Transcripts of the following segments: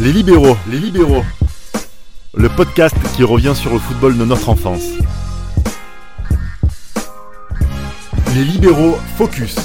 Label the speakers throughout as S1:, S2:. S1: Les libéraux, les libéraux. Le podcast qui revient sur le football de notre enfance. Les libéraux focus.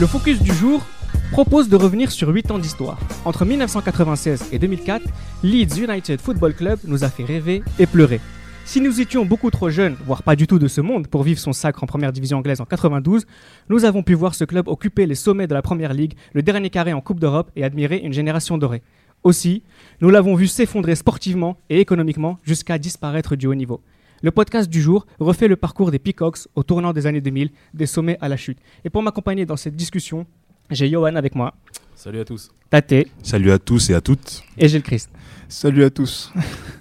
S2: Le focus du jour propose de revenir sur 8 ans d'histoire. Entre 1996 et 2004, Leeds United Football Club nous a fait rêver et pleurer. Si nous étions beaucoup trop jeunes, voire pas du tout de ce monde, pour vivre son sacre en première division anglaise en 92, nous avons pu voir ce club occuper les sommets de la première ligue, le dernier carré en Coupe d'Europe et admirer une génération dorée. Aussi, nous l'avons vu s'effondrer sportivement et économiquement jusqu'à disparaître du haut niveau. Le podcast du jour refait le parcours des Peacocks au tournant des années 2000, des sommets à la chute. Et pour m'accompagner dans cette discussion, j'ai Johan avec moi,
S3: Salut à tous.
S2: Tate
S4: Salut à tous et à toutes.
S2: et Gilles Christ.
S5: Salut à tous.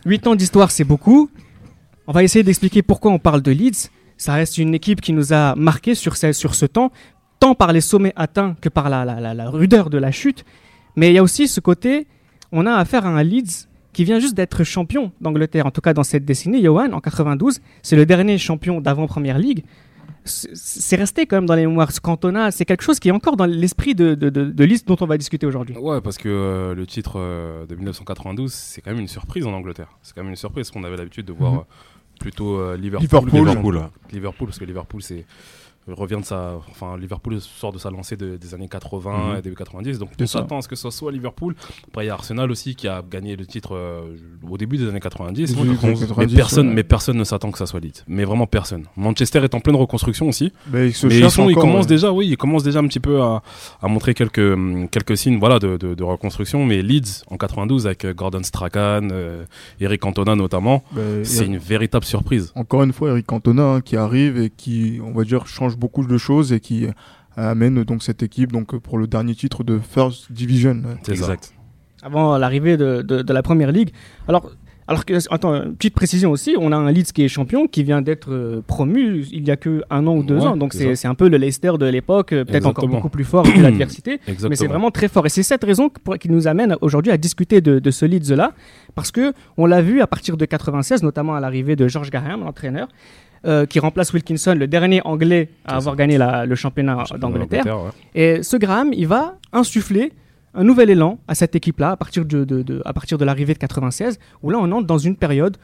S2: 8 ans d'histoire, c'est beaucoup. On va essayer d'expliquer pourquoi on parle de Leeds. Ça reste une équipe qui nous a marqué sur ce, sur ce temps, tant par les sommets atteints que par la, la- la- la rudeur de la chute. Mais il y a aussi ce côté, on a affaire à un Leeds qui vient juste d'être champion d'Angleterre, en tout cas dans cette décennie. Johan, en 92, c'est le dernier champion d'avant-première ligue. C'est- C'est resté quand même dans les mémoires. Ce cantonat, c'est quelque chose qui est encore dans l'esprit de, de, de- de Leeds dont on va discuter aujourd'hui.
S3: Ouais, parce que euh, le titre euh, de 1992, c'est quand même une surprise en Angleterre. C'est quand même une surprise qu'on avait l'habitude de voir
S5: Mhm.
S3: euh, plutôt euh, Liverpool,
S5: Liverpool.
S4: Liverpool. ouais.
S3: Liverpool, parce que Liverpool, c'est euh, revient de sa, enfin Liverpool sort de sa lancée de- des années 80
S4: Mhm.
S3: et début 90, donc
S5: C'est
S3: on
S5: ça.
S3: s'attend à ce que ce soit Liverpool. Après, il y a Arsenal aussi qui a gagné le titre euh, au début des années 90.
S5: Oui,
S3: Mais
S5: 90,
S3: personne,
S5: ouais.
S3: mais personne ne s'attend que ça soit Leeds. Mais vraiment personne. Manchester est en pleine reconstruction aussi.
S5: Mais ils se
S3: Mais ils,
S5: cherchent
S3: sont- ils
S5: encore, euh,
S3: commencent
S5: ouais.
S3: déjà, oui, ils commencent déjà un petit peu à, à montrer quelques, hum, quelques signes voilà, de, de- de reconstruction. Mais Leeds, en 92, avec euh, Gordon Strachan, euh, Eric Cantona notamment,
S5: Bah,
S3: c'est
S5: et-
S3: une véritable surprise.
S5: Encore une fois, Eric Cantona hein, qui arrive et qui, on va dire, change beaucoup de choses et qui euh, amène donc cette équipe donc pour le dernier titre de First Division. ouais.
S3: C'est ça.
S4: Exact.
S2: avant l'arrivée de, de- de la première ligue. Alors, alors que, attends, une petite précision aussi, on a un Leeds qui est champion, qui vient d'être euh, promu il y a que un an ou deux
S3: Ouais,
S2: ans, donc
S3: c'est
S2: c'est
S3: ça.
S2: c'est un peu le Leicester de l'époque, euh, peut-être encore
S3: Exactement.
S2: beaucoup plus fort que l'adversité.
S3: Exactement.
S2: Mais c'est vraiment très fort. Et c'est cette raison que- pour- qui nous amène aujourd'hui à discuter de, de ce Leeds-là, parce que on l'a vu à partir de 96, notamment à l'arrivée de George Graham, l'entraîneur, euh, qui remplace Wilkinson, le dernier Anglais à
S3: C'est
S2: avoir gagné la- le championnat
S3: Championnat
S2: d'Angleterre.
S3: ouais.
S2: Et ce Graham, il va insuffler un nouvel élan à cette équipe-là à partir de, de- de- à partir de l'arrivée de 96, où là on entre dans une période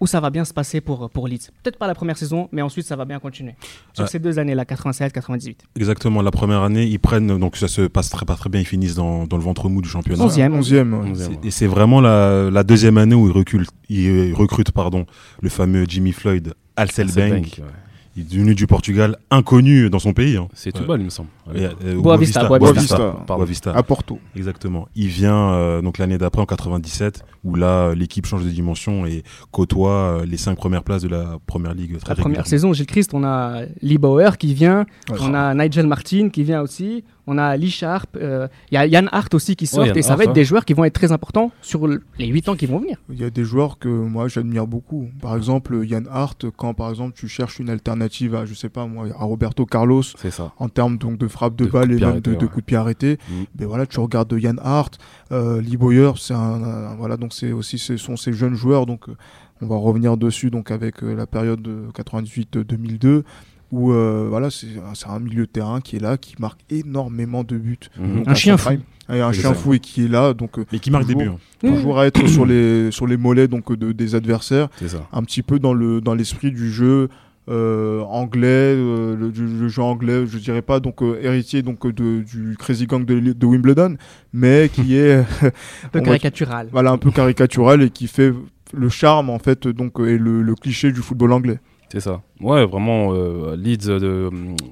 S2: où ça va bien se passer pour, pour Leeds. Peut-être pas la première saison, mais ensuite ça va bien continuer. Sur
S4: Ouais.
S2: ces deux années-là, 96-98.
S4: Exactement. La première année, ils prennent, donc ça se passe très, pas très bien, ils finissent dans, dans le ventre mou du championnat.
S2: Onzième.
S5: Onzième, ouais.
S3: Onzième,
S4: C'est-
S3: ouais.
S4: Et c'est vraiment la, la deuxième année où ils, reculent- ils recrutent pardon, le fameux Jimmy Floyd Alselbank.
S3: Selbank, ouais.
S4: Il est venu du Portugal, inconnu dans son pays. hein.
S3: C'est
S4: Ouais.
S3: tout bas, il me semble.
S4: Et, euh, au
S2: Boavista,
S4: Boavista,
S5: Boavista.
S4: Boavista,
S3: Pardon.
S4: Boavista,
S5: À Porto.
S4: exactement. Il vient euh, donc l'année d'après en 97 où là euh, l'équipe change de dimension et côtoie euh, les cinq premières places de la première ligue très
S2: La première
S4: régulièrement.
S2: saison, Gilles Christ, on a Lee Bauer qui vient,
S5: Ouais.
S2: on a Nigel Martin qui vient aussi, on a Lee Sharp, euh, il y a Yann Hart aussi qui sort,
S3: Yann
S2: et ça
S3: Hart,
S2: va être
S3: ouais.
S2: des joueurs qui vont être très importants sur le- les 8 ans qui vont venir.
S5: Il y a des joueurs que moi j'admire beaucoup. Par exemple, Yann Hart, quand par exemple tu cherches une alternative à, je sais pas moi, à Roberto Carlos
S3: C'est ça.
S5: en termes donc de frappe de,
S3: De
S5: balle
S3: coups de
S5: et
S3: pied
S5: même de,
S3: arrêtés,
S5: de
S3: ouais.
S5: coups de pied arrêtés.
S4: Mm.
S5: Mais voilà, tu regardes Yann Hart, euh, Lee Boyer, c'est un, un- voilà donc c'est aussi ce sont ces jeunes joueurs donc euh, on va revenir dessus donc avec euh, la période de 98-2002 où euh, voilà c'est un- c'est un milieu de terrain qui est là qui marque énormément de buts.
S3: Mhm.
S5: Donc,
S2: Un
S5: à
S2: chien
S5: son prime. Et un chien
S3: Exactement.
S5: fou et qui est là donc euh,
S4: Mais qui marque des buts. hein.
S5: toujours à être sur les sur les mollets donc de- des adversaires
S3: C'est ça.
S5: un petit peu dans le dans l'esprit du jeu euh, anglais, euh, le, du- le jeu anglais, je dirais pas donc euh, héritier donc euh, de- du Crazy Gang de, de Wimbledon, mais qui est
S2: Un peu
S5: on va-
S2: caricatural.
S5: voilà un peu caricatural et qui fait le charme en fait donc euh, et le, le cliché du football anglais.
S3: C'est ça. Ouais, vraiment, euh, Leeds euh, de,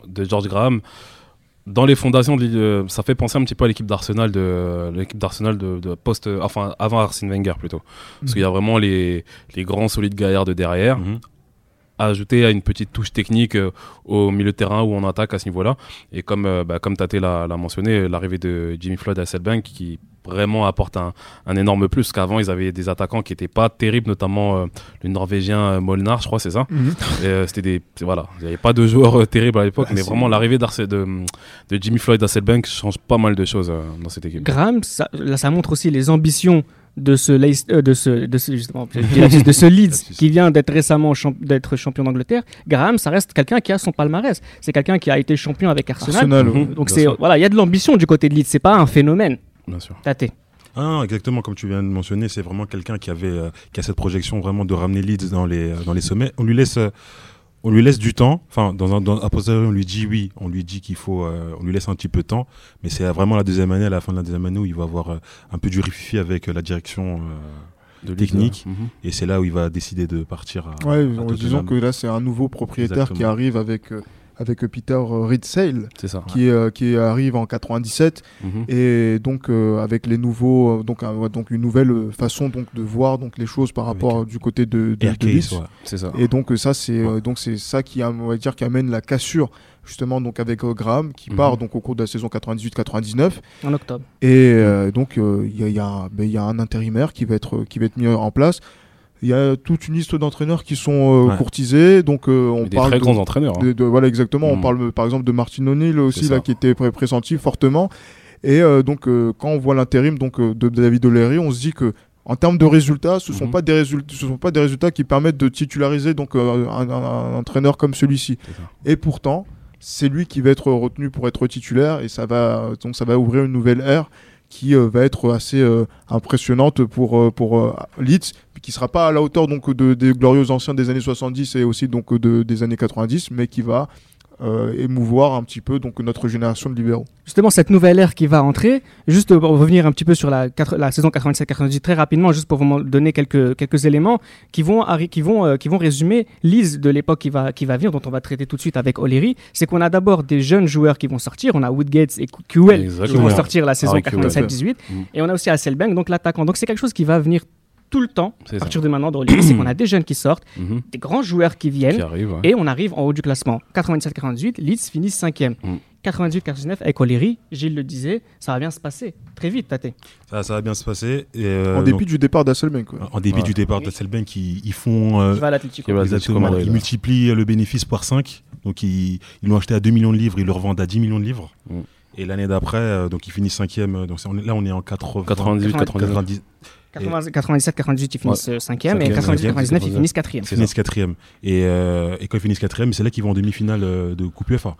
S3: de George Graham. Dans les fondations, de Leeds, euh, ça fait penser un petit peu à l'équipe d'Arsenal de l'équipe d'Arsenal de, de post, euh, enfin avant Arsène Wenger plutôt, parce
S5: Mhm.
S3: qu'il y a vraiment les, les grands solides gaillards de derrière,
S4: Mhm.
S3: ajouté à une petite touche technique euh, au milieu de terrain où on attaque à ce niveau-là. Et comme euh, bah, comme Tate l'a l'a mentionné, l'arrivée de Jimmy Floyd à Selbank qui vraiment apporte un, un énorme plus. Qu'avant ils avaient des attaquants qui n'étaient pas terribles, notamment euh, le Norvégien euh, Molnar, je crois, c'est ça. Et, euh, c'était des c'est- voilà, il n'y avait pas de joueurs euh, terribles à l'époque,
S5: Ah,
S3: mais
S5: si.
S3: vraiment l'arrivée d'Arse- de, hum, de Jimmy Floyd à Selbank change pas mal de choses euh, dans cette équipe.
S2: Graham, ça, là, ça montre aussi les ambitions de ce, Leic- euh, de ce, de ce, justement, j'ai dit Leicester, de ce Leeds
S3: Lapsus.
S2: qui vient d'être récemment champ- d'être champion d'Angleterre. Graham, ça reste quelqu'un qui a son palmarès. C'est quelqu'un qui a été champion avec Arsenal.
S5: Arsenal, ouais.
S3: Mhm.
S2: Donc
S3: Bien
S2: c'est
S3: sûr.
S2: voilà, il y a de l'ambition du côté de Leeds. C'est pas un phénomène.
S3: Bien sûr.
S2: Tâté.
S4: Ah, non, exactement, comme tu viens de mentionner, c'est vraiment quelqu'un qui avait, euh, qui a cette projection vraiment de ramener Leeds dans les, euh, dans les sommets. On lui laisse, euh, on lui laisse du temps. Enfin, dans un, dans, à posteriori, on lui dit oui, on lui dit qu'il faut, euh, on lui laisse un petit peu de temps. Mais c'est euh, vraiment la deuxième année, à la fin de la deuxième année, où il va avoir euh, un peu du rififi avec euh, la direction. euh,
S3: de
S4: Technique.
S3: leader. Mhm.
S4: et c'est là où il va décider de partir. À,
S5: Ouais,
S4: à
S5: euh, disons
S4: Tottenham.
S5: que là, c'est un nouveau propriétaire qui
S4: Exactement.
S5: arrive avec, euh, avec Peter euh, Ridsale,
S3: C'est ça.
S5: qui, est, euh, qui arrive en 97,
S3: Mhm.
S5: et donc euh, avec les nouveaux, euh, donc, un- ouais, donc une nouvelle euh, façon donc, de voir donc, les choses par
S4: Avec
S5: rapport euh, du côté de, de,
S4: Air
S5: de
S4: Case,
S5: Leeds.
S4: ouais.
S3: C'est ça.
S5: Et donc euh, ça c'est euh, donc c'est ça qui am- on va dire qui amène la cassure justement donc avec euh, Graham qui
S3: Mhm.
S5: part donc au cours de la saison 98-99
S2: En octobre.
S5: et euh, donc euh, il y, a, il y a un- ben, il y a un intérimaire qui va être euh, qui va être mis en place. Il y a toute une liste d'entraîneurs qui sont euh,
S4: Ouais.
S5: courtisés donc euh, on
S3: Mais des
S5: parle
S3: très
S5: de-
S3: grands entraîneurs. hein.
S5: de- de- voilà exactement, on
S3: Mm.
S5: parle euh, par exemple de Martin O'Neill aussi
S3: C'est ça.
S5: là qui était pré- pressenti fortement et euh, donc euh, quand on voit l'intérim donc euh, de David O'Leary, on se dit que en termes de résultats, ce sont
S3: Mhm.
S5: pas des résultats, ce sont pas des résultats qui permettent de titulariser donc euh, un, un- un entraîneur comme celui-ci.
S3: C'est ça.
S5: Et pourtant, c'est lui qui va être retenu pour être titulaire et ça va donc ça va ouvrir une nouvelle ère qui euh, va être assez euh, impressionnante pour euh, pour euh, Leeds qui sera pas à la hauteur donc de, des glorieux anciens des années 70 et aussi donc de, des années 90 mais qui va euh, émouvoir un petit peu donc notre génération de libéraux.
S2: Justement, cette nouvelle ère qui va entrer, juste euh, pour revenir un petit peu sur la, quatre- la saison 87-98 très rapidement, juste pour vous m'en donner quelques, quelques éléments qui vont, arri- qui vont, euh, qui vont résumer l'ISE de l'époque qui va, qui va venir, dont on va traiter tout de suite avec O'Leary, c'est qu'on a d'abord des jeunes joueurs qui vont sortir, on a Woodgates et QL qui
S3: Exactement.
S2: vont sortir la saison
S3: Ah, Kewell.
S2: 87-18,
S3: Mm.
S2: et on a aussi Hasselbank, donc l'attaquant. Donc c'est quelque chose qui va venir tout le temps,
S3: C'est
S2: à
S3: ça.
S2: partir de maintenant dans O'Leary, c'est qu'on a des jeunes qui sortent,
S3: Mhm.
S2: des grands joueurs qui viennent,
S3: Qui arrive. ouais.
S2: et on arrive en haut du classement. 97-48, Leeds finit 5e.
S3: Mm.
S2: 98-49, avec O'Leary, Gilles le disait, ça va bien se passer. Très vite, Tate.
S4: Ça, ça va bien se passer. et, euh,
S5: en
S4: donc,
S5: dépit du départ d'Asselbank. quoi.
S4: en début
S3: Ouais.
S4: du départ d'Asselbank, ils, ils font. euh,
S2: Tu vas à l'Atlético.
S3: Qui va à l'Atlético
S4: Exactement,
S3: Madrid,
S4: ils
S3: là.
S4: multiplient euh, le bénéfice par 5. Donc ils ils l'ont acheté à 2 millions de livres, ils le revendent à 10 millions de livres.
S3: Mm.
S4: Et l'année d'après, euh, donc ils finissent 5e. Donc c'est- on est- là, on est en 80,
S3: 98, 99.
S4: 90,
S2: 80- 97-98, ils finissent 5e, et
S4: Cinquième,
S2: 98-99, ils
S3: cinquième.
S2: finissent 4e.
S4: ils finissent 4e. Et, euh, et quand ils finissent 4e, c'est là qu'ils vont en demi-finale euh, de Coupe UEFA.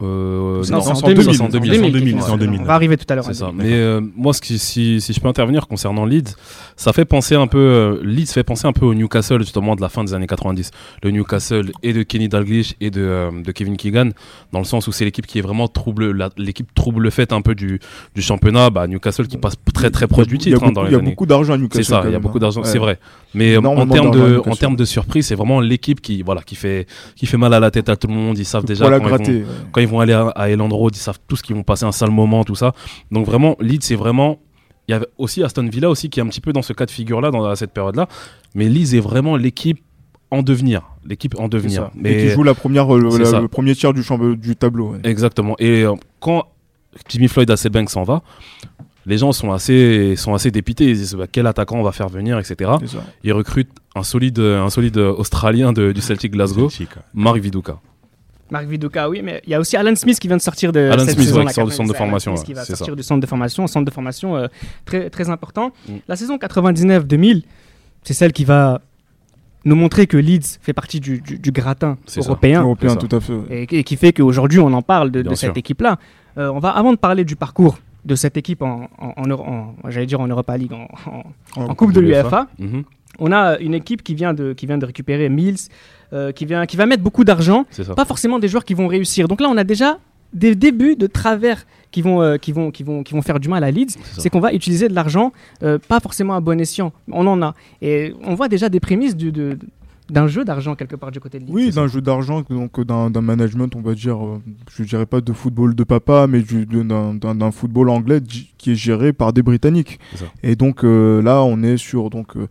S3: Euh,
S2: Non, c'est en
S3: c'est
S2: 2000.
S3: c'est en 2000.
S2: C'est en
S4: 2000,
S2: 2000,
S4: c'est en 2000.
S2: On va arriver tout à l'heure.
S3: C'est ça.
S4: D'accord.
S3: Mais euh, moi, ce qui- si, si je peux intervenir concernant Leeds, ça fait penser un peu. euh, Leeds fait penser un peu au Newcastle justement de la fin des années 90. Le Newcastle et de Kenny Dalglish et de, euh, de Kevin Keegan, dans le sens où c'est l'équipe qui est vraiment trouble, la- l'équipe trouble faite un peu du, du championnat. Bah, Newcastle qui passe très très proche du
S5: Il y a
S3: titre hein,
S5: beaucoup-
S3: dans
S5: il
S3: les
S5: y a
S3: années.
S5: beaucoup d'argent à Newcastle.
S3: C'est ça, il
S5: quand
S3: y a
S5: même,
S3: beaucoup
S5: hein.
S3: d'argent,
S5: Ouais.
S3: c'est vrai. Mais euh, en
S5: Énormément
S3: termes
S5: d'argent à
S3: de, en
S5: Newcastle.
S3: termes de surprise, c'est vraiment l'équipe qui, voilà, qui, fait, qui fait mal à la tête à tout le monde. Ils savent déjà
S5: Voilà,
S3: quand ils vont-
S5: gratter. ouais.
S3: quand ils vont aller à, à Elland Road, ils savent tous qu'ils vont passer un sale moment, tout ça. Donc vraiment, Leeds, c'est vraiment... Il y avait aussi Aston Villa aussi qui est un petit peu dans ce cas de figure-là, dans à cette période-là. Mais Leeds est vraiment l'équipe en devenir. L'équipe en
S5: C'est
S3: devenir.
S5: ça.
S3: Mais
S5: Et qui joue la première, euh,
S3: C'est
S5: la-
S3: ça.
S5: le premier tiers du, chambre- du tableau. ouais.
S3: Exactement. Et euh, quand Jimmy Floyd à Sebank s'en va, les gens sont assez, sont assez dépités. Ils disent bah, quel attaquant on va faire venir, etc.
S5: C'est ça.
S3: Ils recrutent un solide, un solide Australien de- du Celtic Glasgow,
S4: Celtic, ouais.
S3: Mark Viduka.
S2: Marc Viduka, oui, mais il y a aussi Alan Smith qui vient de sortir de
S3: Alan
S2: cette
S3: Smith,
S2: saison,
S3: ouais,
S2: la
S3: qui sort du centre de
S2: 96, Alan
S3: formation,
S2: Smith qui
S3: ouais,
S2: va
S3: c'est
S2: sortir
S3: ça.
S2: du centre de formation, centre de formation euh, très, très important.
S3: Mm.
S2: La saison 99-2000, c'est celle qui va nous montrer que Leeds fait partie du, du- du gratin
S3: C'est ça.
S2: européen.
S5: Européen,
S3: c'est ça.
S5: tout à fait. ouais.
S2: et, et qui fait qu'aujourd'hui on en parle de, de
S3: Bien
S2: cette
S3: sûr.
S2: équipe-là. Euh, on va avant de parler du parcours de cette équipe en, en- en Euro- en- j'allais dire en Europa League, en, en- en Coupe de l'UEFA.
S3: Mhm,
S2: On a une équipe qui vient de qui vient de récupérer Mills, euh, qui vient qui va mettre beaucoup d'argent,
S3: c'est ça.
S2: pas forcément des joueurs qui vont réussir. Donc là on a déjà des débuts de travers qui vont euh, qui vont qui vont qui vont faire du mal à Leeds
S3: C'est ça.
S2: c'est qu'on va utiliser de l'argent, euh, pas forcément à bon escient. On en a. Et on voit déjà des prémices du- de- d'un jeu d'argent quelque part du côté de Leeds.
S5: Oui, d'un jeu d'argent, donc euh, d'un d'un management, on va dire, euh, je dirais pas de football de papa, mais du- de- d'un d'un- d'un football anglais gi- qui est géré par des Britanniques.
S3: C'est ça.
S5: Et donc euh, là, on est sur donc euh,